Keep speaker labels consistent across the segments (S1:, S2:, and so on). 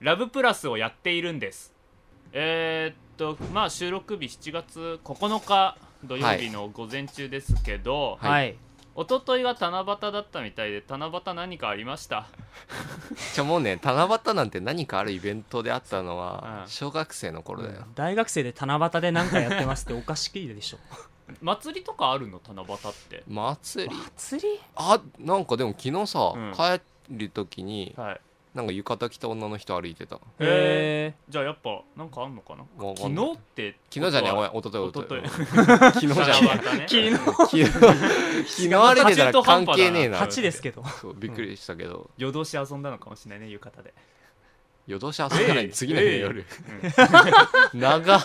S1: ラブプラスをやっているんですえーっとまあ収録日7月9日土曜日の午前中ですけど、
S2: はい
S3: はい
S1: 一昨日は七夕だったみたいで七夕何かありました
S2: じゃあもうね七夕なんて何かあるイベントであったのは
S1: うん
S2: 小学生の頃だよ、
S3: 大学生で七夕で何かやってますっておかしいでしょ
S1: 祭りとかあるの七夕って
S2: 祭り
S3: 祭り
S2: あなんかでも昨日さ、
S1: うん
S2: 帰る時に
S1: はい
S2: なんか浴衣着た女の人歩いてた
S3: へ
S1: じゃあやっぱなんかあんのかな
S2: わか
S1: 昨
S2: んない
S1: 日って
S2: 昨日じゃねえごめん
S1: お
S2: 一昨日
S1: ととい
S2: 昨
S1: 昨
S2: 日じゃねえ
S1: ね
S2: 昨
S3: 昨日
S2: 日昨日歩いて たら関係ねえな
S1: 中途半端だな
S3: 8ですけど
S2: そうびっくりしたけど
S1: 夜通し遊んだのかもしれないね浴衣で、
S2: 夜通し遊んだ
S1: え
S2: ら
S1: い
S2: 次の日の夜、
S1: うん
S2: 長っ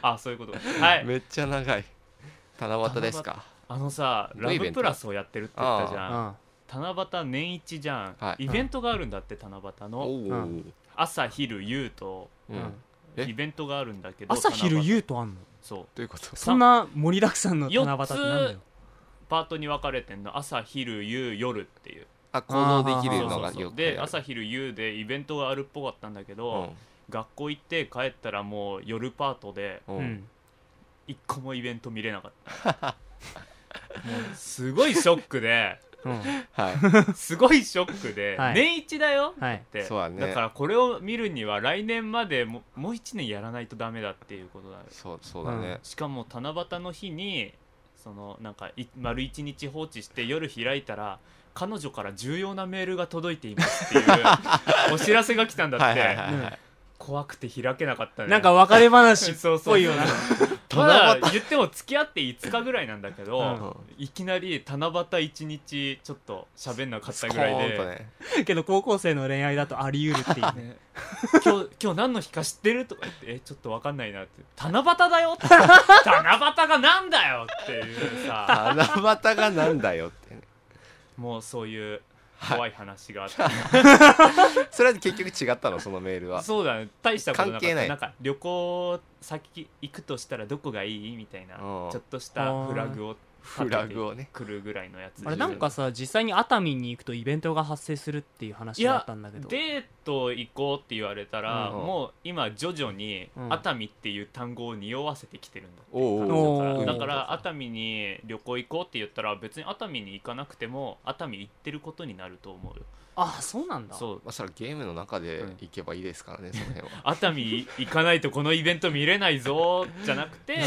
S1: あそういうことはい
S2: めっちゃ長い七夕ですか
S1: あのさ
S2: ど
S1: ラ
S2: ういうイベ
S1: ブ
S2: ント
S1: プラスをやってるって言ったじ
S3: う
S1: ゃん
S3: ん
S1: 七夕年一じゃん、
S2: はい
S1: イベントがあるんだって七夕
S2: お
S1: の
S2: お、
S3: う
S1: 朝昼夕と
S2: うん
S3: うん
S2: え
S1: イベントがあるんだけど
S3: 朝昼
S1: 七夕
S3: 夕とあんの
S1: そう
S2: どういうこと
S3: そんな盛りだくさんの七夕ってなんだ
S1: 四
S3: よ
S1: パートに分かれてんの朝昼夕夜っていう
S2: あ行動でき
S3: あー
S1: そ
S2: る
S1: う
S2: の
S1: そ
S2: が
S1: うそ
S2: よ
S1: う
S2: く
S1: で朝昼夕でイベントがあるっぽかったんだけど、学校行って帰ったらもう夜パートで
S2: うん
S3: う
S2: うん
S3: ん
S1: 一個もイベント見れなかった もうすごいショックで
S3: うん
S2: はい
S1: すごいショックで、
S3: はい
S1: 年一だよ
S3: はい
S1: って
S2: そうだね
S1: からこれを見るには来年までももう1年やらないとダメだっていうことだよ
S2: そうそうだね
S1: しかも七夕の日にそのなんかい丸1日放置して夜開いたら彼女から重要なメールが届いています っていうお知らせが来たんだって、
S2: はいはいはいはい
S1: 怖くて開けなかったね
S3: なんか別れ話っ
S1: そうそう
S3: ぽいよな
S1: まだ言っても付き合って5日ぐらいなんだけど、
S3: うん
S1: いきなり七夕1日ちょっと喋んなかったぐらいで
S2: スコーンとね
S3: けど高校生の恋愛だとあり得るっていうね
S1: ね 今日今日何の日か知ってるとか言ってえちょっとわかんないなって七夕だよって 七夕がなんだよっていうさ
S2: 七夕がなんだよってね
S1: もうそういう怖い話があって、
S2: それは結局違 ったのそのメールは
S1: そうだね大したことなかっ
S2: 関係
S1: た
S2: ない
S1: んか旅行先行くとしたらどこがいいみたいなち
S2: うん
S1: ょっとしたフラグを
S2: フラグをね
S1: くるぐらいのやつ
S3: あれなんかさ実際に熱海に行くとイベントが発生するっていう話があったんだけど
S1: デート行こうって言われたら、
S2: うん
S1: もう今徐々に
S3: うん
S1: 熱海っていう単語を匂わせてきてるんだって
S2: おうおう
S1: 彼女から
S3: おう
S1: だから熱海に旅行行こうって言ったら別に熱海に行かなくても熱海行ってることになると思うよ
S3: あそうなんだ
S1: そう
S2: まあそれはゲームの中で行けばいいですからね その辺は
S1: 熱海行かないとこのイベント見れないぞじゃなく て、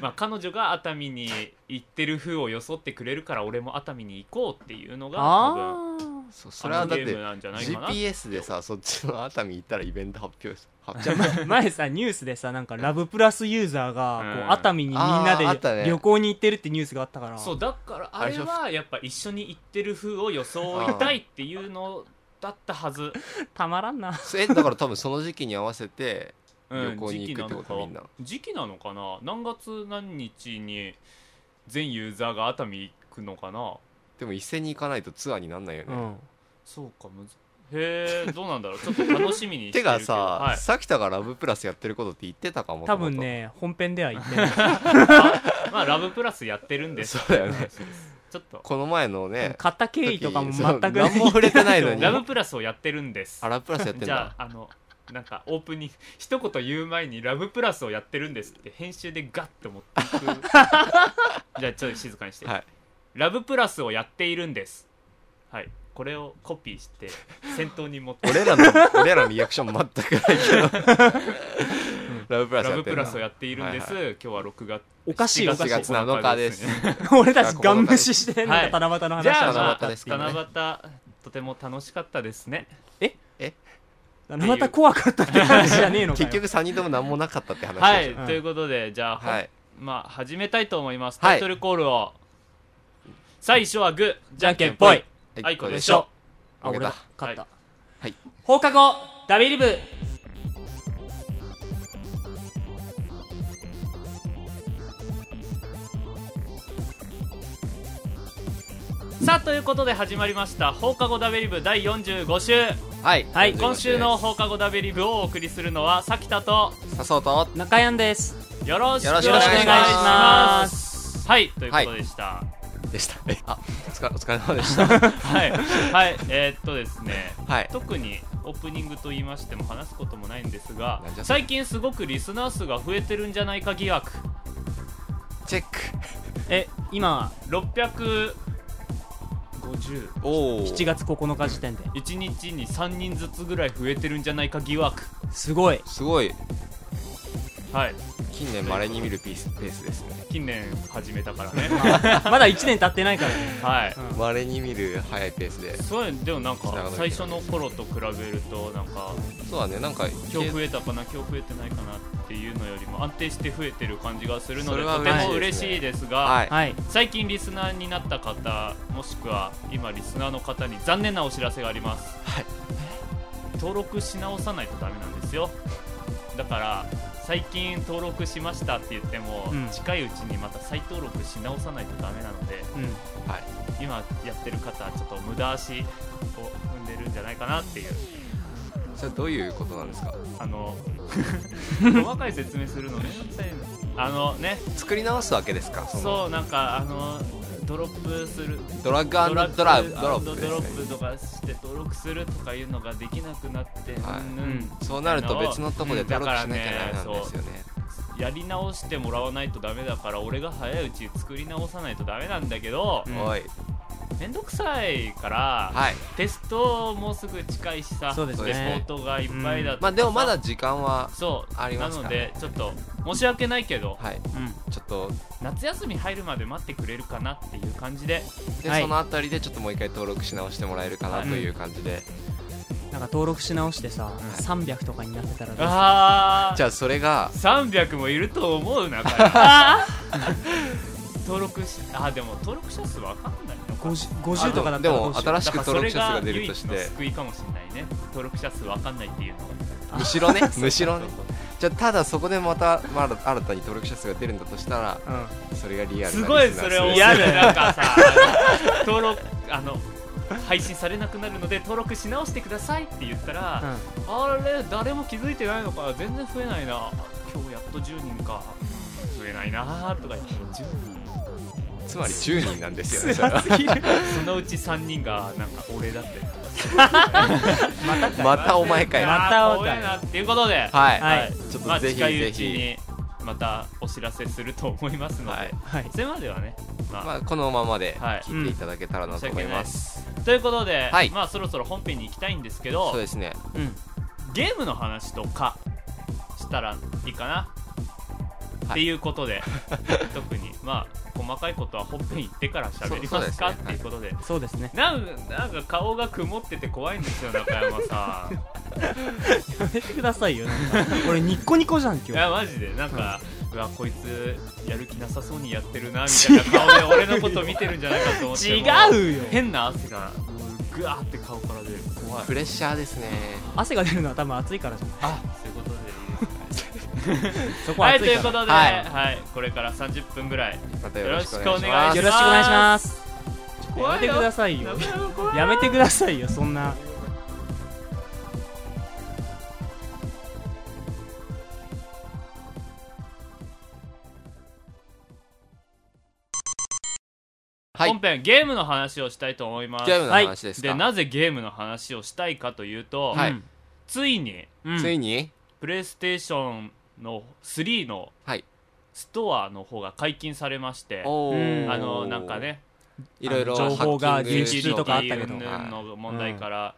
S1: まあ、彼女が熱海に行ってる風を装ってくれるから俺も熱海に行こうっていうのが多分
S3: ああ
S2: そうそ
S1: そ
S2: れ
S1: れ
S2: は
S1: は
S2: だっ
S1: ゲー
S2: て
S1: ムなんじゃないかな
S2: GPS でさそっちの熱海行ったらイベント発表し発
S3: じゃ
S2: 表
S3: あ前さニュースでさなんかラブプラスユーザーがこ
S1: う
S3: うん熱海にみんな
S2: あーあったね
S3: で旅行に行ってるってニュースがあったから
S1: そうだから
S2: あ
S1: あ
S2: れ
S1: れ
S2: でしょ
S1: はやっぱ一緒に行ってる風を装いたいっていうのだったはず、
S3: たまらんな
S2: えだから多分その時期に合わせて
S1: うん
S2: 旅行に行くってことみんな
S1: 時期なのかな何月何日に全ユーザーが熱海行くのかな
S2: でも一斉に行かないとツアーになんないよ
S3: う
S2: ね
S3: ん
S1: そうかむずへえどうなんだろうちょっと楽しみにして
S2: て
S1: るけど
S2: かさ
S1: はい、
S2: さきたがラブプラスやってることって言ってたかも
S3: 多分ね本編では言ってない
S1: まあラブプラスやってるんです
S2: そうだよね
S1: ちょっと
S2: この前のね
S3: 買った経緯とかも全く
S2: そう何も触れてないのに
S1: ラブプラスをやってるんです
S2: あラブプラスやってん
S1: じゃ
S2: だ
S1: ああのなんかオープンに一言言う前に「ラブプラスをやってるんです」って編集でガッて持っていくじ ゃあちょっと静かにして「
S2: はい
S1: ラブプラスをやっているんです」はいこれをコピーして先頭に持って
S2: 俺らの 俺らのリアクション全くないけど ラブプラス
S1: ラ
S2: やっ
S1: ブ
S2: てん
S1: プ
S2: だ
S1: ラスをやっているんです、
S2: はい
S1: 今日は6月
S3: おかしいおか
S2: 4
S3: しい
S2: 月7日です
S3: 俺たちガン無視してんの
S1: は
S3: か
S1: い
S3: 七夕の
S1: じゃ
S3: 話
S1: あ、まあ、
S2: 七夕
S1: 七
S2: ですけどね
S1: 夕とても楽しかったですね
S3: 七夕怖かったって話じゃねえのかよ
S2: 結局3人とも何もなかったって話
S1: は
S2: で
S1: い、
S2: し
S1: ということでじゃあ、
S2: ょはい
S1: まあ始めたいと思います
S2: はい
S1: タイトルコールを、最初はグーじゃんけんぽいあいこでしょ
S3: あ俺だ
S1: 負
S3: 勝
S1: け
S3: っ
S1: だ
S3: た
S2: はい
S3: 放課後ダビリブ
S1: さあということで始まりました放課後ダベリブ第45週
S2: はい、
S3: はい
S1: 今週の放課後ダベリブをお送りするのはさきたと
S2: さそうと
S3: 中山です
S1: よろしく
S2: よ
S1: お
S2: ろ
S1: 願
S2: し
S1: い
S2: く
S1: し
S2: お願いし
S3: ま
S1: ますすはいということでした、
S2: でしたあお疲れお疲れ様でした
S1: はい、はい、えーっとですね、
S2: はい
S1: 特にオープニングと言いましても話すこともないんですが
S2: なんじゃそれ
S1: 最近すごくリスナー数が増えてるんじゃないか疑惑
S2: チェック
S3: え今
S1: 650
S2: おお
S3: 7月9日時点で
S1: 1日に3人ずつぐらい増えてるんじゃないか疑惑
S3: すごい
S2: すごい
S1: はい
S2: 近年まれに見るピースペースですね
S1: 近年始めたから ね
S3: まだ1年経ってないからね
S1: はい
S2: まれに見る早いペースで
S1: そうやでもなん
S2: 繋が
S1: か
S2: る
S1: 最初の頃と比べるとなんか
S2: そうだねなんか
S1: 今日増えたかな今日増えてないかなっていうのよりも安定して増えてる感じがするの
S2: そ
S1: で
S2: れは
S1: とても
S2: 嬉
S1: 嬉
S2: し
S1: し
S2: い
S1: いですが、
S2: はい
S3: はい
S1: 最近リスナーになった方もしくは今リスナーの方に残念なお知らせがあります、
S2: はい
S1: 登録し直さないとダメなんですよだから最近登録しましたって言っても、
S3: うん
S1: 近いうちにまた再登録し直さないとダメなので
S3: うん
S2: はい
S1: 今やってる方はちょっと無駄足を踏んでるんじゃないかなっていう
S2: それどういうことなんですか
S1: あの細かい説明するのめんどくさいなあのね
S2: 作り直すわけですかその
S1: そうなんかあのドロップする
S2: ドラッグドライブドロップ
S1: ド
S2: で
S1: ロ
S2: す
S1: ッ
S2: ね
S1: プとかして登録するとかいうのができなくなって、
S2: はい
S1: うん
S2: そうなると別のとこで
S1: だ
S2: 登
S1: か
S2: 録
S1: ら
S2: しなきゃ
S1: ね
S2: ダメなんですよね
S1: うんやり直してもらわないとダメだから俺が早いうちに作り直さないとダメなんだけど、
S3: うん
S2: おい
S1: めんどくさいから、
S2: はい
S1: テストもすぐ近いしさ
S3: そうですね
S1: レポートがいっぱいだとかさ、
S2: まあでもまだ時間は
S1: そう
S2: あります
S1: なの
S2: から
S1: でちょっと申し訳ないけど、
S2: はい
S3: うん
S2: ちょっと
S1: 夏休み入るまで待ってくれるかなっていう感じで
S2: で、
S3: はい
S2: そのあたりでちょっともう一回登録し直してもらえるかな
S1: はい
S2: という感じで、
S3: なんか登録し直してさ、
S2: ん
S3: 300とかになってたらどうする
S1: あ
S2: じゃあそれが
S1: 300もいると思うなこれ 登録しあでも登録者数わかんないのか
S3: 50, 50とかだった
S2: で
S3: ら
S2: も
S3: どうしよう
S2: 新しく登録者数が出るとし
S1: だから
S2: て
S1: それが唯一の救いかもしれないね登録者数わかんないっていうの
S2: むしろねむしろ
S1: そう
S2: ね
S1: そう
S2: じゃあただそこでまた、まだ新たに登録者数が出るんだとしたら
S3: うん
S2: それがリアル
S1: す
S2: な
S1: ごい
S2: リスナー
S1: そ
S2: 数
S1: れを
S3: 嫌だよ
S1: なんかさ登録あの配信されなくなるので登録し直してくださいって言ったら、あれ誰も気づいてないのか全然増えないな今日やっと10人か増えないなとか言って10人
S2: つまり10人なんですよねそれは
S3: すぎる
S1: そのうち3人がなんか俺だって
S2: またお前かよ
S3: また
S1: 多いなっていうことで、
S2: はい、
S3: はい
S2: ちょっ
S1: ま
S2: と
S1: あ、
S2: ぜひ
S1: 近い
S2: ぜ
S1: うち
S2: ひ、
S1: にまたお知らせすると思いますので、
S2: はい
S3: はい
S1: それまではね、まあ
S2: まあ、このままで
S1: はい
S2: 聞いていただけたらなと思います、
S1: ということで、
S2: はい
S1: まあ、そろそろ本編に行きたいんですけ
S2: そう
S1: ど
S2: ですね
S3: うん
S1: ゲームの話とかしたらいいかな、
S2: はい
S1: っていうこと で特にまあ細かいことは本編行ってから喋り
S2: そうそう
S1: ま
S2: ですす
S1: か
S2: ね
S1: っていうことで。
S3: そうですね
S1: なんなんか顔が曇ってて怖いんですよ中山さん
S3: やめてくださいよなんか 俺ニッコニコじゃん
S1: い
S3: 今日
S1: やマジでなんか、うわこいつやる気なさそうにやってるなみたいな顔で俺のこと見てるんじゃないかと思っても
S3: 違うよ
S1: 変な汗がもうグワーって顔から出る怖い
S2: プレッシャーですね
S3: 汗が出るのは多分暑いからじゃない
S1: あそういうことでいいですか
S3: そこは
S1: はい
S3: 暑
S1: とい
S3: い
S1: う
S3: か
S1: こ
S3: ら、
S1: とで、
S2: は
S1: はいいこれから30分ぐらい
S2: またよろしくお願いし
S1: よろ
S2: ま
S1: と
S2: す
S1: で
S3: よろしくお願いしますや
S1: 怖
S3: め
S1: い
S3: て
S1: よ
S3: くださいよ
S1: 中山怖い
S3: やめてくださいよそんな
S2: はい
S1: 本編ゲームの話をしたいと思います
S2: ゲームの話ですか、
S1: でなぜゲームの話をしたいかというと、
S2: はい
S3: うん
S1: ついに
S3: うん
S2: ついに
S1: プレイステーションの3の
S2: はい
S1: ストアの方が解禁されまして
S2: お
S3: うん
S2: ー
S1: あのなんかね
S2: いろいろ
S3: あの情報が
S2: ハッキング
S3: 流出とかあったけど
S1: セキュリティ云々の問題から、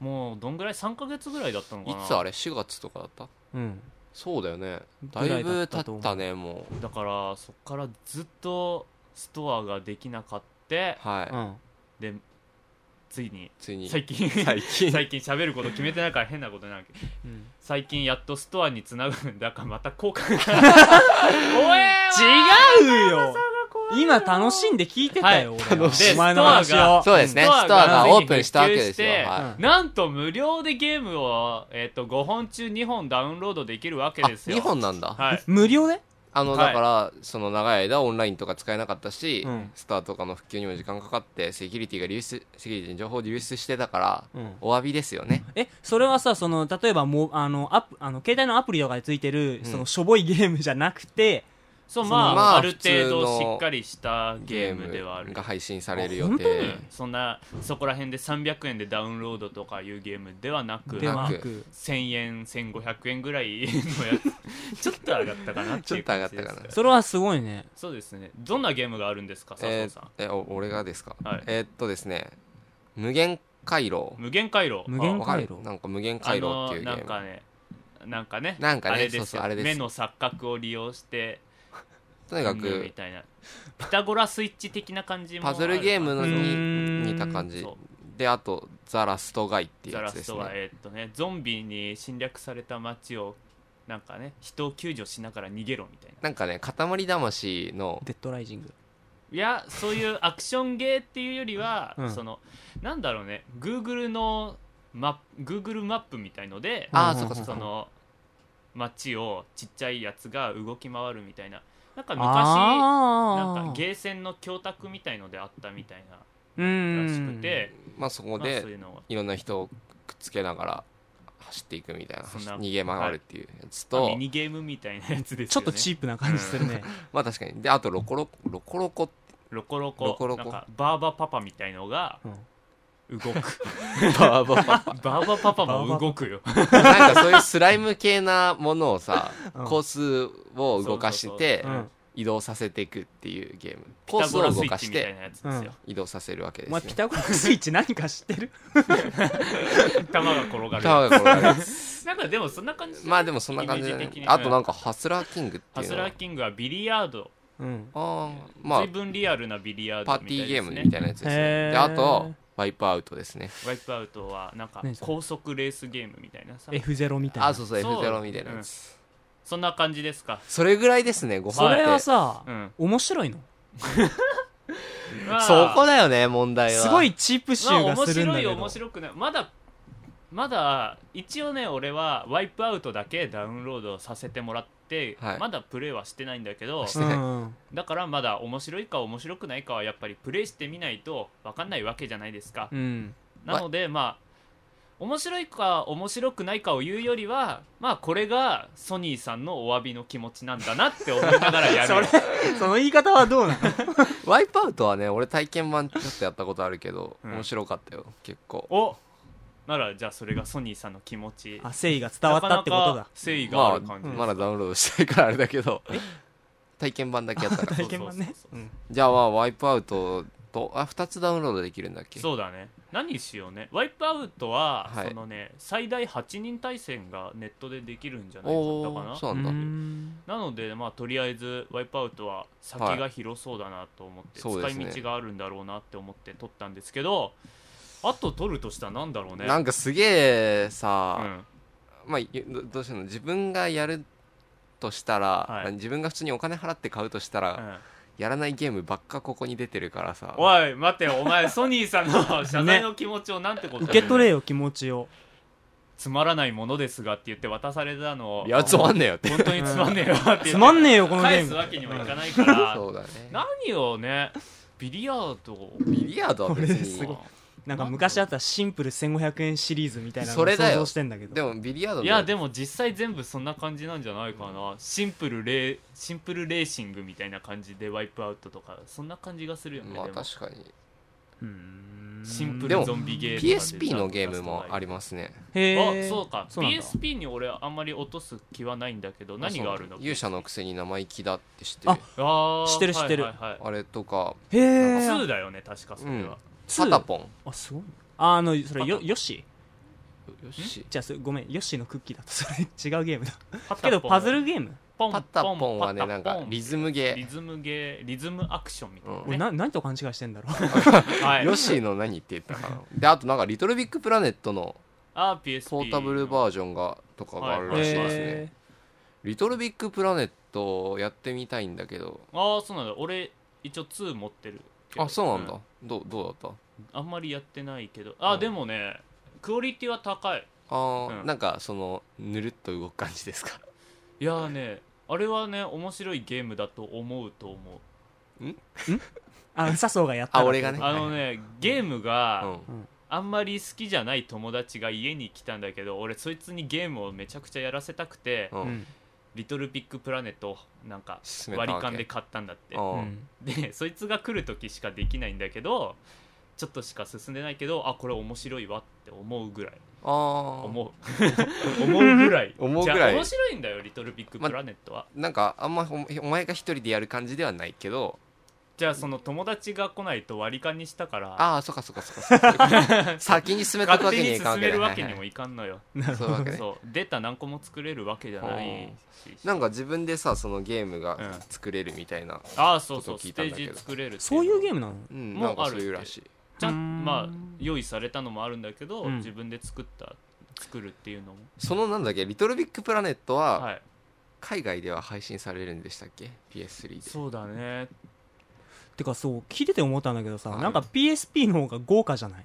S1: もうどんぐらい3か月ぐらいだったのか
S2: い
S1: な
S2: つあれ4月とかだった
S3: うん
S2: そうだよねだ
S3: ぐら
S2: い
S3: いだ
S2: ぶ
S3: った
S2: 経
S3: と思
S2: っ
S3: う
S2: たねもう
S1: だからそっからずっとストアができなかって
S2: はい、
S3: うん
S1: でついに
S2: ついに
S1: 最近
S2: 最近
S1: 最近喋ること決めてないから変なことになるけど
S3: うん
S1: 最近やっとストアにつなぐんだからまた効果が おえ
S3: 違うよ今楽しんで聞いてたよ、俺は
S2: 楽しい
S3: お前の話を
S2: そうです
S1: ス
S2: ねス
S1: トアが
S2: トアがオープンしたわけですよ
S1: 普及して
S2: は
S3: うん
S1: ーなんと無料でゲームを、えっと5本中2本ダウンロードできるわけ
S2: いあ
S1: ですよ
S2: 2本なんだ
S1: はい
S3: 無料で
S2: あの
S1: はい
S2: だからその長い間オンラインとか使えなかったし
S3: うん
S2: スターとかの復旧にも時間かかってセキュリティが流出セキュリティの情報流出してたから
S3: うん
S2: お詫びですよね
S3: えそれはさその例えばもうあのアプあの携帯のアプリとかでついてる、
S2: ん
S3: そのしょぼいゲームじゃなくて
S1: そうまあ、
S2: まあ
S1: ある程
S2: 普
S1: 度
S2: 通
S1: し
S2: の
S1: っかりしたゲ
S2: ゲ
S1: ー
S2: ー
S1: ムではあ
S2: ム
S1: る
S2: が配信される予
S3: あ本当
S1: う
S2: 定
S1: んそんなそこら辺で300円でダウンロードとかいうゲームではなく
S3: で
S1: ま
S3: は
S1: あ
S3: なく
S1: 1000円1500円ぐらいのやつ ちょっと上がったかなっていう感じです
S2: ちょっと上がったかな
S3: それはすごいね
S1: そうですねどんなゲームがあるんですか笹生
S2: えー
S1: さん、
S2: えお俺がですか、
S1: はい
S2: えーっとですね無限回廊
S1: 無限回路
S3: 無限
S2: わかる
S3: 回廊
S2: なんか無限
S1: あ
S2: 回廊っていうゲ
S1: あの
S2: ー
S1: な
S2: ム
S1: んかねなんかね
S2: なんかね
S1: あれですよ
S2: そうそうあれです
S1: 目の錯覚を利用して
S2: とにか
S1: うんみ
S2: く
S1: たいなピタゴラスイッチ的な感じも
S2: パズルゲームの
S3: う
S2: に
S3: ーん
S2: 似た感じ
S1: そう
S2: であとザラストガイっていう
S1: ザ
S2: や
S1: ラ
S2: つで
S1: ス
S2: す
S1: トは
S2: ね
S1: えーっとねゾンビに侵略された街をなんかね人を救助しながら逃げろみたいな
S2: なんかね塊魂の
S3: デッドライジング
S1: いやそう いうアクションゲーっていうよりは、
S3: うん
S1: そのなんだろうね Google のマップ Google マップみたいので
S2: あー
S3: うん
S2: そっかそっか
S1: その街をちっちゃいやつが動き回るみたいななんか昔
S3: あ
S1: なんか
S3: ー
S1: ゲーセンの教託みたいのであったみたいな
S3: う
S1: らし
S3: ー
S1: く
S3: ん
S1: て、
S2: まあそこ
S1: まあ、そう
S2: で
S1: いうのを
S2: いろんな人をくっつけながら走っていくみたいな
S1: そんな
S2: 逃げ回るっていうやつ
S1: まあ
S2: と
S1: ミニゲームみたいなやつですよね
S3: ちょっとチープな感じするね
S2: まあ確かにであとロコロコロコロコって
S1: ロコロコ
S2: ロコロコ
S1: なんかバーバパパみたいのが
S3: うん
S1: 動く
S2: バーバパ
S1: バーバパパも動くよ
S2: なんかそういうスライム系なものをさ、
S3: うん
S2: コースを動かし
S1: そう
S2: て
S1: そうそううん
S2: 移動させていくっていうゲーム
S1: ピ
S2: コー
S1: タ
S2: ス
S1: ゴ
S2: を
S1: ラス
S2: 動
S1: イッ
S2: か
S1: チ
S2: し
S1: みたい
S2: て
S1: なやつですよ、
S2: 移動させるわけで
S3: お
S2: すね
S3: 前ピタゴラスイッチ何か知ってる
S1: 玉が転がる
S2: タワーが転がるやつ
S1: なんかでもそんな感じじゃない
S2: まあでもそんな感じ
S1: イメー
S2: で、
S1: ジ
S2: ね
S1: 的、に
S2: あとなん
S1: か
S2: かハスラーキングって
S1: ハ
S2: いう
S1: ス
S2: の
S1: ラ
S2: は
S1: ーキングはビリヤード、
S3: うん
S2: ああま
S1: 随分リアルなビリヤー
S2: あ
S1: ド
S2: パ
S1: みた
S2: ーテ
S1: い
S2: ィーゲーム
S1: ですね
S2: みたいなやつです
S3: へー
S2: ねであとワイプアウトですね
S1: ワイプアウトはなんか
S3: 何それ
S1: 高速レースゲームみたいなさ
S3: F0 みたいな
S2: あそうそう
S1: そう
S2: F0 みたいなやつ、
S1: そんな感じですか
S2: それぐらいですねご
S3: そ
S2: 飯
S3: れは
S2: って
S3: さ
S1: うん、
S3: 面白いの
S1: まあ
S2: そこだよね問題は
S3: すごいチープ集
S1: まあ
S3: が
S1: 面
S3: するんだ
S1: 白
S3: け
S1: い
S3: ど
S1: 面白くないまだまだ一応ね俺はワイプアウトだけダウンロードさせてもらって、
S2: はい
S1: まだプレイはしてないんだけど
S2: してない
S3: うん
S1: だからまだ面白いか面白くないかはやっぱりプレイしてみないと分かんないわけじゃないですか、
S3: うん
S1: なのでまあ面白いか面白くないかを言うよりはまあこれがソニーさんのお詫びの気持ちなんだなって思いながらやる
S3: それその言い方はどう なの
S2: ワイプアウトはね俺体験版ちょっとやったことあるけど、
S1: うん
S2: 面白かったよ結構
S1: おならじゃあそれがソニーさんの気持ち
S3: あ誠意が伝わったってこと
S1: なかな
S3: だ
S1: か誠意が
S2: ま
S1: あ
S2: あ
S1: る感じです、
S2: まだダウンロードしたいからあれだけど体験版だけやったら
S1: そう
S3: 体験版ね
S1: そうそうそう
S2: じゃあまあワイプアウトとあ2つダウンロードできるんだっけ
S1: そうだね何しようねワイプアウトは、
S2: はい
S1: そのね最大8人対戦がネットでできるんじゃないか
S2: お
S1: ったか
S2: お
S1: な
S2: そう
S3: う
S2: なんだ、
S3: ん
S1: なのでまあとりあえずワイプアウトは先
S2: はい
S1: が広そうだなと思って、
S2: そうですね
S1: 使い道があるんだろうなって思って撮ったんですけどあと撮るとしたらなんだろうね
S2: なんかすげえ
S1: う
S2: さ、
S1: ん
S2: まあゆどどうしてんの自分がやるとしたら、
S1: はい
S2: 自分が普通にお金払って買うとした
S1: う
S2: ら、
S1: ん
S2: やらないゲームばっかここに出てるからさ
S1: おい待てよお前ソニーさん の謝罪の気持ちをなんてこと
S3: 受け取
S1: れ
S3: れよ気持ちを
S1: つまらないものですがって言って渡されたのを
S2: いやつまんねえよ って
S1: 本当につまんねえよって言って
S3: つまんねえよこのゲ
S1: 返
S3: ー
S1: す
S3: ム
S1: わけにもいかないから
S2: そうだね
S1: 何をねビリヤードを
S2: ビリヤードは別
S3: これ
S2: に
S3: すごいなんか昔あったシンプル1500円シリーズみたいなの
S2: そ
S3: を
S2: れ
S3: 想
S2: だよ
S3: 像してんだけど
S2: でもビリヤードの
S1: いやでも実際全部そんな感じなんじゃないかなシンプルレーシンプルレーシングみたいな感じでワイプアウトとかそんな感じがするよね、
S2: まあ
S1: でも
S2: 確かに
S3: うーん
S1: シンプ
S2: で
S1: ル
S2: も
S1: ゾンビゲーム
S2: PSP のゲームもありますね
S3: へ
S1: あ
S3: え
S1: そうか
S3: なんだ
S1: PSP に俺あんまり落とす気はないんだけど何があるの
S2: そう勇者のくせに生意気だって知ってる
S3: あ
S1: あー
S3: 知ってる知ってる
S1: はいはいはい
S2: あれとか
S3: へえ
S1: 2だよね確かそれは、
S2: サタポン
S3: あすごいああのそれ
S1: パタ
S3: よヨッシ
S2: よし
S3: ーじゃあそれごめんヨッシーのクッキーだとそれ違うゲームだ
S1: パタポ
S3: け
S1: ン
S3: どパズルゲーム
S1: ポン
S2: パタポンはね
S1: パ
S2: なん
S1: タポン
S2: かリズムゲ
S1: リズムゲーリズムアクションみたいな
S2: う
S3: 俺
S1: ね、
S3: な何と勘違いしてんだろう
S1: は
S2: ー
S1: い
S2: ヨッシーの何って言った かなであとなんかリトルビッグプラネットの
S1: あー PSP
S2: ポータブル
S1: ー
S2: バージョンがとかがあるらしいですね
S3: へ
S2: リトルビッグプラネットやってみたいんだけど
S1: ああそうなんだ俺一応2持ってるけど
S2: あそうなんだ
S1: ん
S2: どうどうだった
S1: あんまりやってないけどあ、
S2: うん
S1: でもねクオリティは高いう
S2: あー
S1: ん
S2: なんかそのぬるっと動く感じですか
S1: いやーねあれはね面白いゲームだと思うと思う
S3: ーあ笹生がやったら
S2: あ俺がね
S1: あのねゲーム
S2: う
S1: が
S2: ん
S1: あんまり好きじゃない友達が家に来たんだけど俺そいつにゲームをめちゃくちゃやらせたくて
S2: うん
S3: うん
S1: リトルビッグプラネットをなんか
S2: 進めた
S1: 割り
S2: わけ
S1: 勘で買ったんだって
S2: ああ
S3: うん
S1: でそいつが来る時しかできないんだけどちょっとしか進んでないけどあこれ面白いわって思うぐらい
S2: あー
S1: 思う 思うぐらい
S2: 思うぐらい
S1: じゃあ面白いんだよ「リトルビッグプラネットは」
S2: なんかあんまおお前が一人でやる感じではないけど
S1: じゃあその友達が来ないと割り勘にしたから
S2: ああそっかそっかそっかそっ か先に進めとくわ
S1: 勝
S2: け
S1: 手に
S2: にはいか
S1: 進
S2: んわけ
S1: め
S2: だ
S1: るわけに
S2: は
S1: もいかんのよ
S2: いはいそういうわけね
S1: そうデータ何個も作れるわけじゃないし
S2: なんか自分でさそのゲーム
S1: う
S2: が
S1: ん
S2: 作れるみたいな
S1: ああそうそ
S2: こ
S1: う
S2: と聞い
S1: ス
S2: たん
S1: テ
S2: だけど
S1: ージ作れるっての
S3: そういうゲームなの
S2: うん
S1: もう
S2: なんかそういうらしい
S1: ちゃ
S3: うーん
S1: んまあ用意されたのもあるんだけど、
S3: うん
S1: 自分で作った作るっていうのも
S2: そのなんだっけリトルビッグプラネットは
S1: はい
S2: 海外では配信されるんでしたっけ PS3 で
S1: そうだね
S3: てかそう聞いてて思ったんだけどさ
S2: はい
S3: なんか PSP の方が豪華じゃない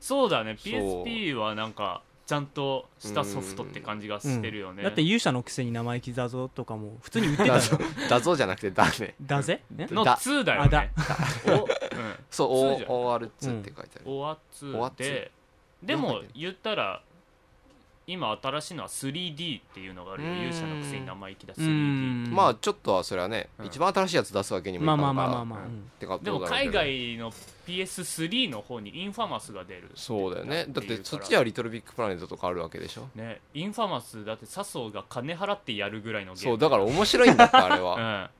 S1: そうだね
S2: そう
S1: PSP はなんかちゃんとしたソフトって感じがしてるよね、
S3: だって勇者のくせに生意気だぞとかも普通に売ってた
S2: だ
S3: じ
S2: ぞ
S3: ゃん
S2: だぞじゃなくてだね
S3: だぜえ
S1: の
S2: だ
S1: 2だよ
S3: あだ
S1: ねお、
S2: そ う
S1: そうじゃん
S2: OR2 って書いてあ
S1: うん、
S2: る
S1: オア
S2: オア
S1: 2でで
S2: なんだ
S1: も
S2: っけ
S1: 言ったら今新しいのは 3D っていうのがあるよ
S2: うーん
S1: 勇者のくせに生意気だ
S3: う
S1: 3D
S3: ん
S2: まあちょっとはそれはね
S1: うん
S2: 一番新しいやつ出すわけにもい
S3: ま
S2: か
S3: あ
S2: んか
S3: ま
S2: ら
S3: あまあまあまあ
S1: う
S2: てか
S1: で
S2: ど
S1: も
S2: うだろうけ
S1: 海外
S2: ど
S1: の PS3 の方にインファマスが出る
S2: そうだよねだってそっちで
S1: は
S2: はリトルビッグプラネットとかあるわけでしょ
S1: ねインファマスだって笹生が金払ってやるぐらいのゲー
S2: そう
S1: ム
S2: だから面白いんだってあ れは
S1: ら、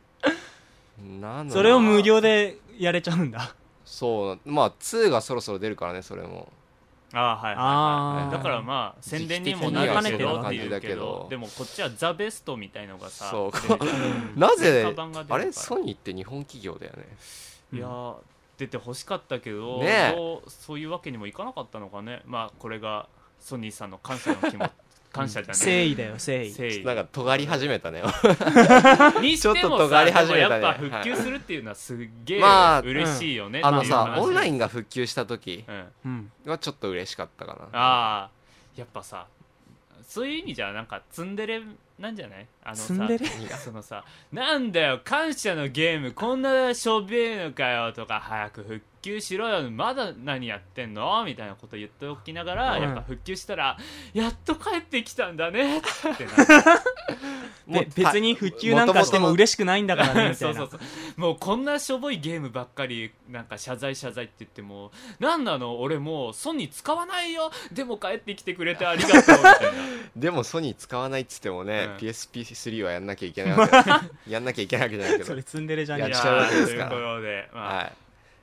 S2: なのな
S3: それを無料でやれちゃうんだ
S2: そうまあ2がそろそろ出るからねそれも
S1: うん、ああはいはい、
S3: あ
S1: はい、
S3: ー
S1: だからまあ宣伝にもなるけどっていうけどでもこっちはザ・ベストみたいのがさ
S2: そう
S1: 出てき
S2: なぜ
S1: 追加版が出るか
S2: あ
S1: ら
S2: れソニーって日本企業だよね
S1: いやー出てほしかったけど,どう、
S2: ねえ
S1: そういうわけにもいかなかったのかねまあこれがソニーさんの感謝の気 持ち感謝じゃ
S3: 誠
S1: ね
S3: 意だよ誠意
S1: 誠意
S2: なんか尖り始めた ね
S1: にしてもさ
S2: ちょっと尖り始めた
S1: で
S2: ね
S1: もやっぱ復旧するっていうのはすっげえ
S2: まあ
S1: 嬉しいよね、
S2: あの
S1: っ
S2: さ
S1: ていう話
S2: オンラインが復旧した時
S1: うん、あ
S3: うん
S2: はちょっと嬉しかったかな
S1: あやっぱさそういう意味じゃなんかツンデレなんじゃないあのさ
S3: ツンデレ
S1: そのさなんだよ感謝のゲームこんなしょべえのかよとか早く復旧しろよまだ何やってんのみたいなこと言っておきながら、
S3: うん
S1: やっぱ復旧したらやっと帰ってきたんだねって な
S2: もう
S3: べ別に復旧なんかして
S2: 元々
S3: も
S2: の
S3: 嬉しくないんだからね
S1: る
S3: みた
S1: そ
S3: いう
S1: そ
S3: な
S1: うそうもうこんなしょぼいゲームばっかりなんか謝罪謝罪って言ってもなんなの俺もうソニー使わないよでも帰ってきてくれてありがとうみたいな
S2: でもソニー使わないっつってもね
S1: うん
S2: PSP3 はやんなきゃいけないわけだ やんなきゃいけないわけじゃないけ
S3: そ
S2: ど
S3: れツンデレじゃ
S1: い
S2: や
S1: や
S2: っ
S3: ね
S2: ちゃうわけ
S1: ー
S2: で
S1: と
S2: す
S1: い
S2: か
S1: う
S2: ら
S1: ことで、まあ
S2: はい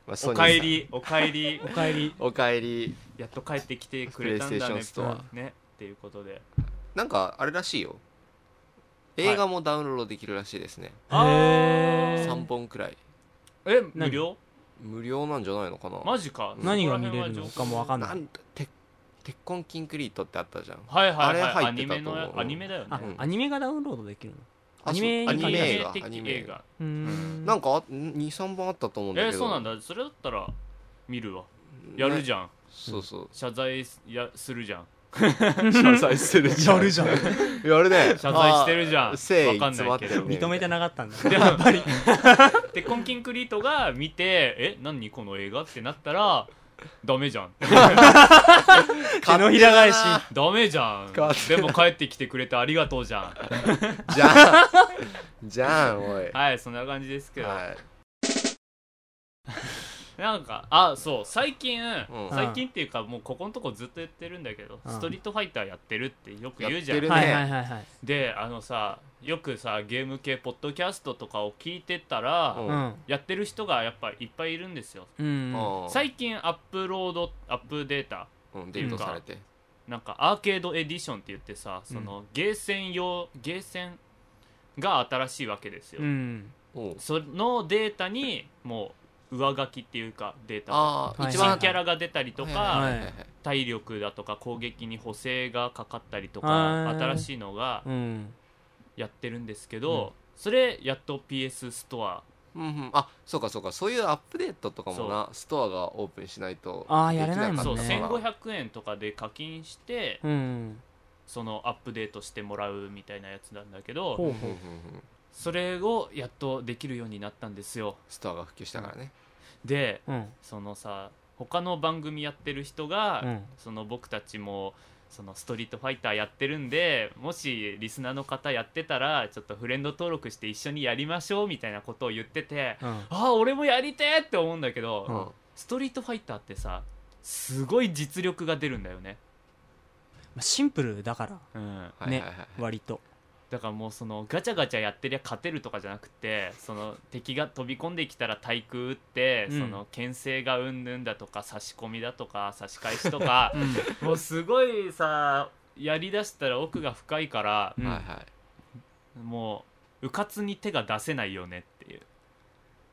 S2: まあソ
S1: お
S2: ニーさん
S1: かえりおかえり
S3: えおかえり
S2: おかえり
S1: やっと帰ってきてくれたんだ
S2: プレ
S1: ね
S2: イステーションスト
S1: ねっていうことで
S2: なんかあれらしいよ
S1: い
S2: 映画もダウンロードできるらしいですね、
S1: あ
S3: へー
S2: 3本くらい
S1: え無料
S2: 無料なんじゃないのかな
S1: マジか
S3: 何が見れるのかもわかん
S2: な
S3: ない
S2: ん鉄鉄痕キンクリートってあったじゃん
S1: はいはい
S2: あ
S1: は
S2: れ
S1: い
S2: 入
S1: ア
S2: って
S1: ニ
S2: た
S1: メ
S2: と思う
S1: のアニメだよね
S3: あ
S2: うん
S3: アニメがダウンロードできるの
S2: あ
S3: アニメ
S2: そうアニメ映画
S1: 的
S2: アニメ
S1: 映
S2: 映画
S1: 画
S3: うーん
S2: なんか23本あったと思うんだ
S1: え
S2: け
S1: ー
S2: ど
S1: そうなんだそれだったら見るわやる
S2: ゃん
S1: じゃん
S2: そうそう
S1: 謝罪すやするじゃん
S2: 謝罪してる
S3: やるじゃん
S2: やるね
S1: 謝罪してるじゃん
S2: あー誠意
S1: わかん
S2: 詰ま
S1: ないけ
S2: って
S1: ど
S2: るね
S3: 認めてなかったんだ
S1: でやっぱりでコンキンクリートが見てえ何この映画ってなったらダメじゃん
S3: 手のひら返し
S1: ダメじゃん
S2: 勝手
S1: でも帰ってきてくれてありがとうじゃ ん
S2: じゃんじゃんおい
S1: はいそんな感じですけど
S2: はい
S1: なんかあそう最近、
S2: ん
S1: 最近っていうかもうここのとこずっと言ってるんだけど、
S3: うん
S1: ストリートファイターやってるってよく言うじゃん
S2: やってるね
S3: はいはいはいはい
S1: であのさよくさゲーム系ポッドキャストとかを聞いてたら、
S2: うん
S3: うん
S1: やってる人がやっぱいっぱいいるんですよ
S3: うん
S2: うん
S1: 最近アップロードアップデータ
S2: うんデートされて
S1: なんかアーケードエディションって言ってさその、ゲーセン用ゲーセンが新しいわけですよ、
S3: うん
S2: おう
S1: そのデータにもう上書きっていうかデータが
S2: ああ
S3: はい
S2: 一
S1: 新
S2: 番
S1: キャラが出たりとか、
S2: はいはいはい
S1: 体力だとか攻撃に補正がかかったりと
S3: あ
S1: か
S3: ー
S1: 新しいのが
S3: うん
S1: やってるんですけど、それやっと PS ストア
S2: うんうんあそうかそうかそういうアップデートとかもなストアがオープンしないと
S3: あーやれないもんね
S1: そう
S2: できなかったから
S1: 1500円とかで課金して
S3: うん
S1: そのアップデートしてもらうみたいなやつなんだけど
S3: ほう
S2: うん
S3: ほ
S2: うんう
S3: うん
S1: それをやっとできるようになったんですよ
S2: ストアが普及したからね
S1: で
S3: うん
S1: そのさ他の番組やってる人が、
S3: うん
S1: その僕たちもそのストリートファイターやってるんでもしリスナーの方やってたらちょっとフレンド登録して一緒にやりましょうみたいなことを言ってて
S3: うん
S1: ああ俺もやりてえって思うんだけど、
S3: うん
S1: ストリートファイターってさすごい実力が出るんだよね、
S3: まあシンプルだから
S1: うん、
S2: はいはいはい
S3: 割と
S1: だからもうそのガチャガチャやってりゃ勝てるとかじゃなくてその敵が飛び込んできたら対空打って、
S3: うん
S1: その牽制がうんぬんだとか差し込みだとか差し返しとか
S3: うん
S1: もうすごいさやりだしたら奥が深いから
S3: うん
S2: はいはい
S1: もううかつに手が出せないよねっていう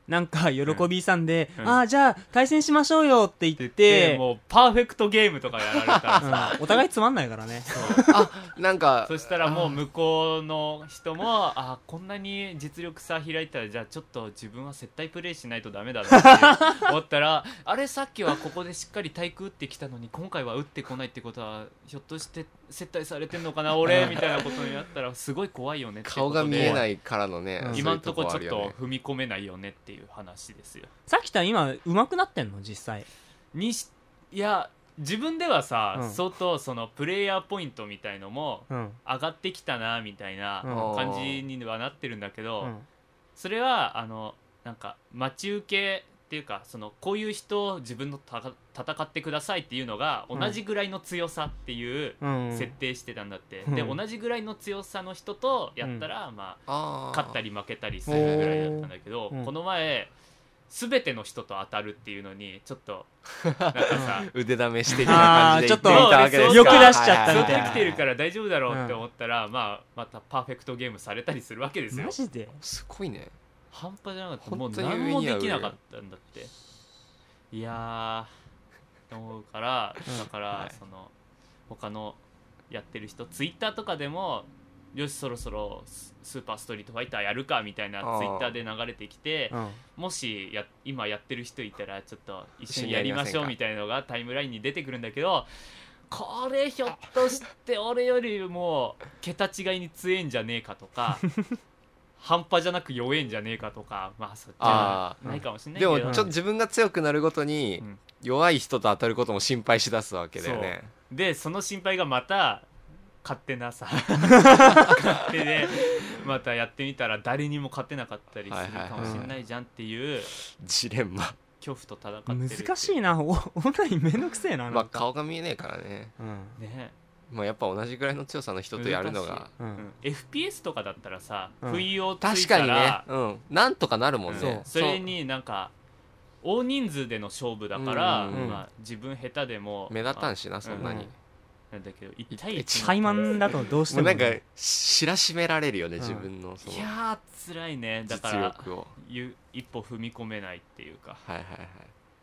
S3: なんか喜びさんで、
S1: うん
S3: ああじゃあ対戦しましょうよって言って
S1: もうパーフェクトゲームとかやられたら
S3: う
S1: さ
S3: んお互いつまんないからね
S2: なんか
S1: そしたらもう向こうの人もあこんなに実力差開いたらじゃあちょっと自分は接待プレイしないとダメだなって思ったらあれさっきはここでしっかり対空打ってきたのに今回は打ってこないってことはひょっとして接待されてんのかな 俺みたいなことになったらすごい怖いよねっていう
S2: 顔
S1: ことで
S2: が見えないからのねそ
S3: うん
S2: ういう
S1: 今んとこちょ
S2: あ
S1: っ
S2: るよ
S1: と
S2: ね
S1: 踏み込めないよねっていう話ですよ
S3: さきたん今上手くなってんの実際
S1: にしいや自分ではさ、
S3: うん
S1: 相当そのプレイヤーポイントみたいのも
S3: うん
S1: 上がってきたなみたいな
S3: うん
S1: 感じにはなってるんだけど、
S3: うん
S1: それはあのなんか待ち受けっていうかそのこういう人を自分のた戦ってくださいっていうのが
S3: うん
S1: 同じぐらいの強さっていう
S3: うん
S1: 設定してたんだって、
S3: うん
S1: で同じぐらいの強さの人とやったら、まあ
S2: あー
S1: 勝ったり負けたりするぐらいだったんだけど、
S3: おーうん
S1: この前全ての人と当たるっていうのにちょっ となんかさ
S2: 腕試し的な感じで言ってみたわけで
S1: あー
S2: すか
S1: ちょっと
S3: 欲出しちゃった
S1: そ
S3: み
S1: う
S3: たいな
S1: できてるから大丈夫だろうって思ったら、まあ、またパーフェクトゲームされたりするわけですよ
S3: マジです
S2: ごいね
S1: 半端じゃなかったもう
S2: 本当に上
S1: 何
S2: に
S1: も
S2: は
S1: できなかったんだっていやーと思うから
S3: うん
S1: だから、
S2: はい
S1: その他のやってる人ツイッターとかでもよしそろそろススーパーストリートファイターやるかみたいな
S2: あー
S1: ツイッターで流れてきて
S3: うん
S1: もしや今やってる人いたらちょっと一
S2: 一
S1: 緒
S2: 緒
S1: に
S2: に
S1: や
S2: や
S1: り
S2: り
S1: ま
S2: ま
S1: し
S2: せ
S1: ょ
S2: ん
S1: う
S2: か
S1: みたいのがタイムラインに出てくるんだけどこれひょっとして俺よりも桁違いに強えんじゃねえかと か半端じゃなく弱えんじゃねえかとかまあそっちは
S2: あ
S3: ー
S1: ないかもしれないけ
S2: で
S1: ど
S2: もちょっと自分が強くなるごとに
S1: うん
S2: 弱い人と当たることも心配しだすわけだよね
S1: でその心配がまた勝手な さ勝手でまたやってみたら誰にも勝てなかったりするかもしれないじゃんっていう
S2: ジレンマ
S1: 恐怖と戦ってるっていう
S3: 難しいなおオンラインめんどくせえななんか
S2: まあ顔が見えねえからね
S3: うん
S1: ね
S2: まあやっぱ同じぐらいの強さの人とやるのが
S3: う
S1: うん
S3: ん
S1: FPS とかだったらさ、
S3: うん
S1: 不意をつい
S2: 確
S1: た
S2: かにね
S1: ら、
S2: うんなんとかなるもん
S3: そう
S2: ね
S1: それになんか大人数での勝負だから、
S2: うん
S3: うん
S1: まあ、自分下手でも
S2: 目立たん
S1: し
S2: しなそんなに
S3: うん
S1: なんだけど1対1
S3: 怠慢だとどうして
S2: もう
S3: も
S2: なんか
S3: ね
S2: 知らしめられるよね
S3: うん
S2: 自分のその
S1: いやー辛いねだか
S2: 実
S1: ら
S2: 力を
S1: ゆ一歩踏み込めないっていうか
S2: はいはいはい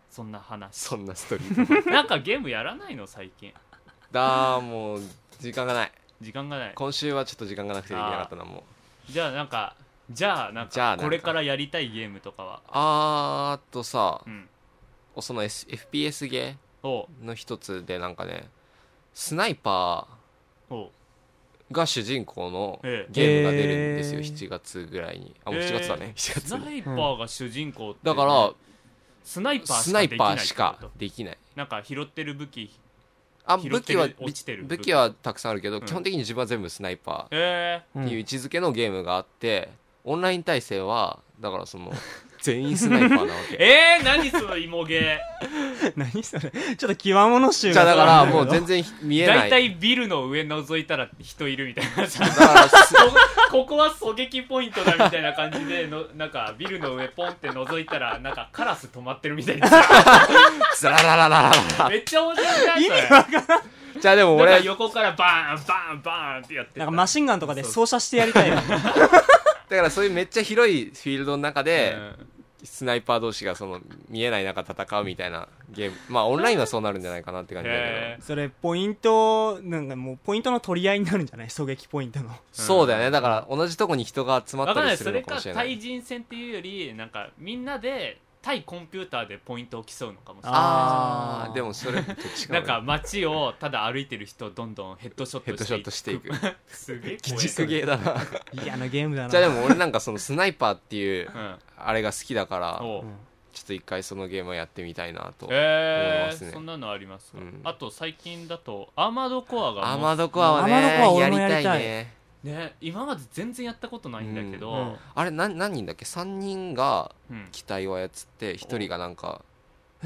S1: そんな話
S2: そんなストーリ ー
S1: なんかゲームやらないの最近
S2: だーもう時間がない
S1: 時間がない
S2: 今週はちょっと時間がなくてできなかったなもう
S1: じゃあなんかじゃあなん
S2: じゃ
S1: か
S2: あなんか
S1: これからやりたいゲームとかは
S2: あーっとさ
S1: うん
S2: その、S、FPS ゲ
S1: おう
S2: ーの一つでなんかねスナイパ
S1: おう
S2: ーが主人公の
S1: ええ
S2: ゲームが出るんですよ
S3: へー
S2: 7月ぐらいにあもう
S1: ええ
S2: 7月だね7
S1: ス
S2: 月
S1: ナ
S2: に
S1: イパーが主人公って、
S2: だから
S1: スナイパー
S2: ス
S1: し
S2: ナ
S1: か
S2: イ
S1: できない
S2: パー
S1: って
S2: し
S1: こ
S2: か
S1: と
S2: できない
S1: なんか拾ってる武器
S2: あ
S1: 拾っ
S2: 武
S1: て
S2: 器
S1: る
S2: は
S1: 落ちてる
S2: 武器はたくさんあるけど、
S1: うん
S2: 基本的に自分は全部スナイパ
S1: え
S2: ーっていう位
S3: ん
S2: 置づけのゲームがあってオンライン対戦はだから その全員スナイパーなわ
S1: ー、
S2: け
S1: えー、何その芋ゲ
S3: 何それちょっと極物集
S2: じゃあだからもう全
S3: 然
S2: 然見
S1: ー
S2: えな
S1: 大
S2: い
S1: 体ビルの上覗いたら人いるみたいなさ
S2: だからす
S1: ここは狙撃ポイントだみたいな感じでのなんかビルの上ポンって覗いたらなんかカラス止まってるみたいな
S2: ザララララララ
S1: めっちゃ面白いなそれ
S2: じゃあで
S1: な
S2: も
S1: ん
S2: 俺
S1: か横からバーンバーンバーンってやって
S3: な
S1: た
S3: んかマシンガンとかで操作してや りたいよね
S2: だからそういうめっちゃ広いフィールドの中で、
S1: うん
S2: スナイパー同士がその見えない中戦うみたいなゲームまあオンラインはそうなるんじゃないかなって感じだけ
S1: へ
S2: ど
S1: ー
S3: それポイントなんかもうポイントの取り合いになるんじゃない狙撃ポ イントの
S2: そうだよねだから同じとこに人が集ま
S1: わ
S2: っ
S1: かん
S2: た
S1: ない
S2: りす
S1: そ
S2: る
S1: れ
S2: のかも
S1: か
S2: しれな
S1: 対
S2: い
S1: 人戦っていうよりなんかみんなで対コンピューターでポイントを競うのかもしれない
S2: あ
S3: あ
S2: ー
S3: ー
S2: でもそれと違う
S1: なんか街をただ歩いてる人をどんどんヘッドショッ
S2: ヘッドショット
S1: ト
S2: し
S1: してて
S2: い
S1: い
S2: く
S1: くすげえ
S2: 鬼
S1: 怖い
S2: 畜ゲーだな
S3: 嫌なゲームだな
S2: じゃあでも俺なんかそのスナイパーっていう
S1: うん
S2: あれが好きだから
S1: おう
S3: うん
S2: ちょっと一回そのゲームをやってみたいなと、
S1: え
S2: 思います
S1: ー、
S2: ね
S1: そんなのありますか、
S2: うん
S1: あと最近だとアーマードコアがもう
S2: アーマードコアはね
S3: アーマードコア俺
S2: や
S3: も
S2: り
S3: やりた
S2: た
S3: い
S2: いね
S1: ね今まで全然やったことないんだけど、
S3: う
S1: うんん
S2: あれな何人だっけ3人が機体を操って1人がなんか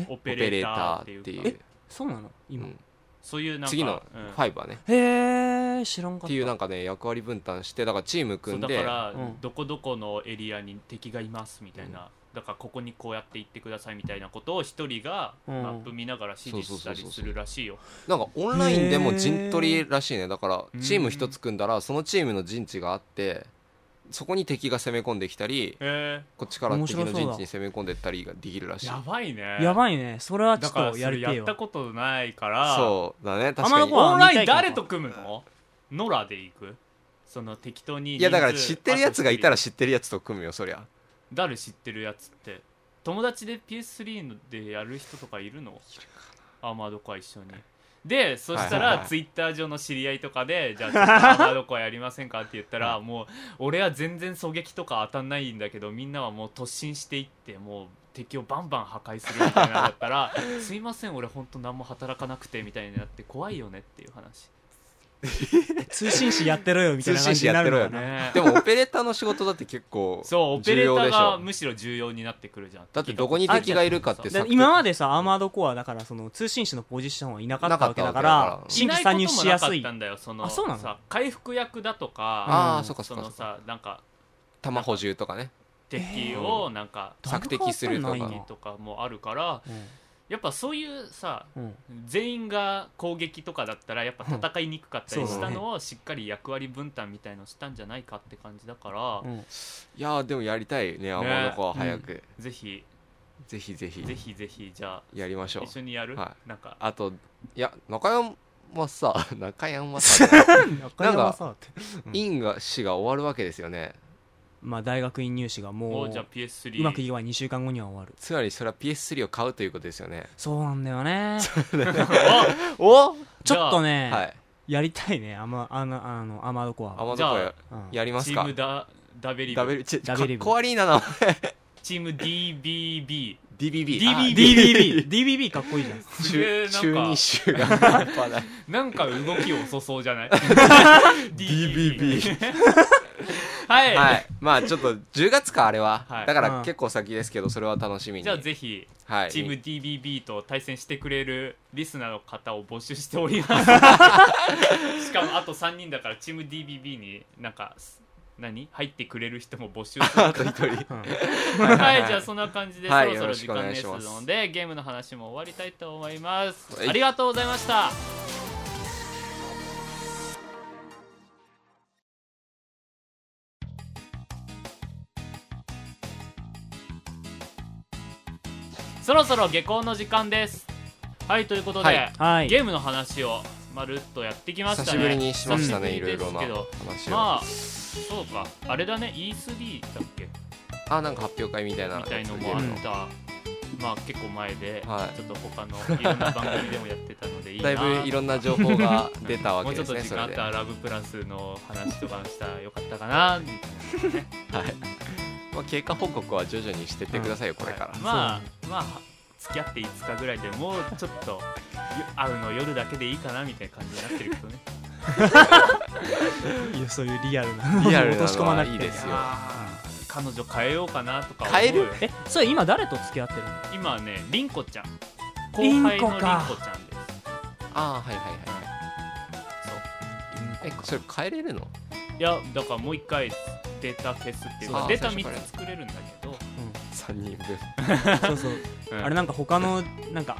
S1: オ
S2: オ
S1: ペ
S2: ペ
S1: レ
S2: レ
S1: ー
S2: ー
S1: タ
S2: タ
S1: ー
S2: ー
S1: っ
S2: ってて
S1: い
S2: いうう
S1: か
S3: えそうなの
S2: う
S3: 今、
S2: ん
S1: そういうなんか
S2: 次の
S1: うん
S2: ファイバーね
S3: へえ知らんかった
S2: っていうなんかね役割分担してだからチーム組ん
S1: そうだ
S2: で
S1: から、
S3: うん
S1: どこどこのエリアに敵がいますみたいな、だからここにこうやって行ってくださいみたいなことを一人が
S3: うん
S1: マップ見ながら指示したりするらしいよ
S2: なんかオンラインでも陣取りらしいねだからチー
S1: うん
S2: ム一つ組んだらそのチームの陣地があってそこに敵が攻め込んできたり
S1: へ
S2: こっちから敵の
S3: 面白そう
S2: 陣
S3: だ
S2: 地に攻め込んでったりができるらし
S1: え
S2: い
S1: やばいね
S3: やばいねそれはちょ
S1: だ
S3: っ
S1: から
S3: と
S1: そ
S3: や
S1: れ
S3: り
S1: や
S3: てえ
S1: った
S3: わ
S1: ことないから
S2: そうだね確か
S3: アマ
S2: 見
S3: ノ
S2: た
S3: コ
S2: い
S3: ア
S1: オンライン誰と組むのノラで行くその適当に
S2: いやだから知ってるやつがいたら
S1: 人数
S2: 知ってるやつと組むよそりゃ
S1: 誰知ってるやつって友達で PS3 でやる人とかいるのアーマードコア一緒にでそした
S2: はいはい
S1: ら
S2: はい
S1: ツイッター上の知り合いとかで「じゃあちょっとアーマードコアやりませんか?」って言ったらもう俺は全然狙撃とか当たんないんだけどみんなはもう突進していってもう敵をバンバン破壊するみたいなのだった ら「すいません俺本当何も働かなくて」みたいになって怖いよねっていう話
S3: 通信士やってろよみたいな感じになるの
S2: 通信士やって
S3: か
S2: ろ
S3: な
S1: ね
S2: でもオペレーターの仕事だって結構
S1: そうオペ
S2: 重
S1: レー
S2: 要
S1: ター
S2: でし
S1: が
S2: ょ
S1: むしろ重要になってくるじゃん
S2: だってどこに敵がいるかって
S3: だから今までさアーマードコアだからその通信士のポジションはいなかったわけ
S2: な
S3: だか
S2: かったわけだ
S3: ら
S2: から
S3: 新規参入しやす
S1: い
S3: い
S1: ないこともなかったんだよその
S3: あそうなの
S1: さ回復役だとか
S2: あ
S3: うん
S2: あそっか
S1: そ
S2: そっか
S1: の
S2: そっか
S1: さなんか
S2: 弾補充とかね
S1: 敵をなんか
S2: だ索敵するとか
S3: だいぶ変わっ
S1: とかもあるから
S3: たんないな
S1: やっぱそういうさ
S3: うんうん
S1: 全員が攻撃とかだったらやっぱ戦いにくかったり
S3: うんそう
S1: し
S3: だ
S1: た
S3: ね
S1: のをしっかり役割分担みたいのしたんじゃないかって感じだから、
S3: うん
S2: いやーでもやりたいねアマノコは早く、
S1: ぜひ
S2: ぜひぜひ
S1: ぜひぜひじゃ
S2: やりまし
S1: あ
S2: ょう
S1: 一緒にやる、
S2: は
S1: なんか
S2: あといや中山はさ 中山は さ
S3: 中山さんって
S2: 院が死が終わるわけですよね
S3: まあ大学院入試が
S1: も
S3: も
S1: うじゃあ
S3: う
S1: PS3
S3: うまくいけば2週間後には終わる
S2: つまりそれは PS3 を買うということですよね
S3: そうなんだよね
S2: お
S3: ちょっと
S2: は
S3: ね
S2: い
S3: やりたいねあまあのあのアーマードコア
S2: ア
S3: は
S2: マゾコ
S1: じゃ
S2: や
S3: うん
S2: やります
S1: チ
S2: か
S1: ームダダベリブ
S2: ダブルちか
S3: ダブリ
S2: っ
S3: ブ
S2: こ悪いな名前
S1: チーム DBB
S2: DBB
S1: DBB
S2: あ
S3: DBB DBB かっこいいじゃん
S1: すげえ
S2: 中中
S1: なん
S2: 二
S1: か
S2: 週が半端ない
S1: なんか動き遅そうじゃ ない
S2: DBB
S1: はい、
S2: はいまあちょっと10月かあれは、
S1: はい
S2: だか
S3: うん
S2: ら結構先ですけどそれは楽しみに
S1: じゃあぜひ
S2: はい
S1: チーム DBB と対戦してくれるリスナーの方を募集しております しかもあと3人だからチーム DBB になんかす何入ってくれる人も募集する
S2: あと一人
S3: うん
S1: はいじゃあそんな感じでそ
S2: はい
S1: ろそろ時間
S2: よ
S1: で
S2: ろし
S1: す
S2: くお願いします
S1: のでゲームの話も終わりたいと思います
S2: はい
S1: ありがとうございましたそろそろ下校の時間ですはいということで、
S2: はい
S3: はい
S1: ゲームの話をまるっとやってきました
S2: 久
S1: ね
S2: しぶりにしましたねい
S1: 久ぶ
S2: ろ
S1: り
S2: いろな
S1: ですけど
S2: 話を、
S1: まあそうかあれだね E3 だっけ
S2: あなんか発表会みたいな
S1: みたいのもあった、まあ結構前で、
S2: はい
S1: ちょっと他のいろんな番組でもやってたのでいい
S2: だ
S1: ない
S2: ぶいろんな情報が出たわ
S1: も
S2: け
S1: うちょ
S2: で
S1: っ
S2: す
S1: と
S2: ね
S1: 時
S2: そ
S1: 間あったら
S2: れで
S1: ラブプラスの話とかしたらよかったかなみたいなね
S2: まあ、経過報告は徐々にしてってくださいよ、これから、
S1: はいまあまあ付き合って5日ぐらいでもうちょっとよ会うの夜だけでいいかなみたいな感じになってるけどね
S3: いやそういうリアルな
S2: リアルなのは
S3: 落とし込まなくて
S2: いい ですよ
S1: あー彼女変えようかなとか
S2: 変える
S1: 思うよ
S3: えそれ今誰と付き合ってるの
S1: 今はね凛子ちゃん後輩
S3: 凛
S1: の
S3: 子
S1: 凛子ちゃ
S3: か
S1: んです
S2: ああはいはいはいはい
S1: そう
S2: えそれ変えれるの
S1: いやだからもう一回データ消すっていう
S2: そ
S1: か
S2: う
S1: データ
S2: 最初から
S1: 3つ作れるんだけど、
S2: 3人分
S3: そうそうあれなんか他のなんか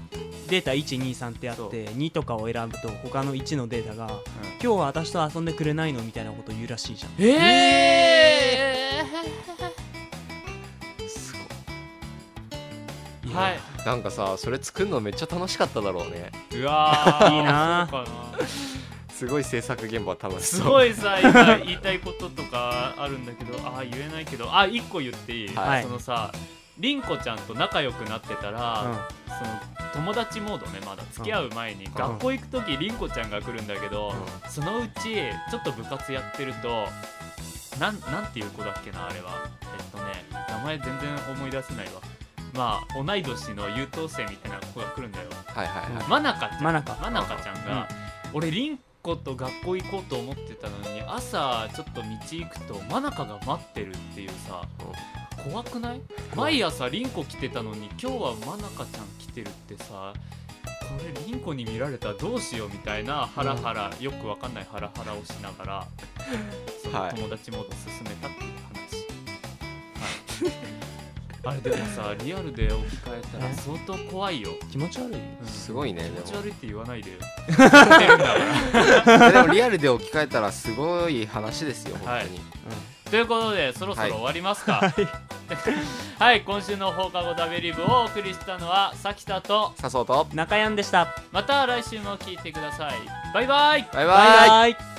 S3: データ123ってあって
S1: そう
S3: 2とかを選ぶと他の1のデータが「今日は私と遊んでくれないの?」みたいなこと言うらしいじゃん
S1: ええ
S2: すごい
S1: ー、はい
S2: なんかさそれ作るのめっちゃ楽しかっただろうね
S1: うわー
S3: いいな
S1: そうかな
S2: すごい制作現場楽し
S1: す
S2: そう
S1: ごいさ今言いたいこととかあるんだけどああ言えないけどあ一個言っていい、
S2: はい
S1: そのさりんこちゃんと仲良くなってたら、
S3: う
S1: その友達モードねまだ付き合う前に学校行く時りんこちゃんが来るんだけど、
S2: う
S1: そのうちちょっと部活やってるとなんなんていう子だっけなあれはえっとね名前全然思い出せないわまあ同い年の優等生みたいな子が来るんだよ
S2: はいはいはい
S1: 真中ちゃん
S3: 真中
S1: 真中ちゃんが、俺凛子と学校行こうと思ってたのに朝ちょっと道行くと真中が待ってるっていうさ怖くない毎朝凛子来てたのに今日は真中ちゃん来てるってさこれ凛子に見られたらどうしようみたいなハラハラ、よくわかんないハラハラをしながらそ
S2: は
S1: の
S2: い
S1: 友達モード進めたっていう話、はい、あれでもさリアルで置き換えたら相当怖いよ、
S3: 気持ち悪い
S1: うん
S2: すごいねで
S1: 気持ち
S2: も
S1: 悪いって言わ ないでよ言ってるんだから
S2: でもリアルで置き換えたらすごい話ですよ本当に
S1: ということでそろそろ終わりますかはい、今週の放課後ダベリブをお送りしたのはさきたと
S2: さそうと
S3: 中山でした
S1: また来週も聞いてくださいバイバイ
S2: バイ
S3: バ
S2: バイ
S3: イバイ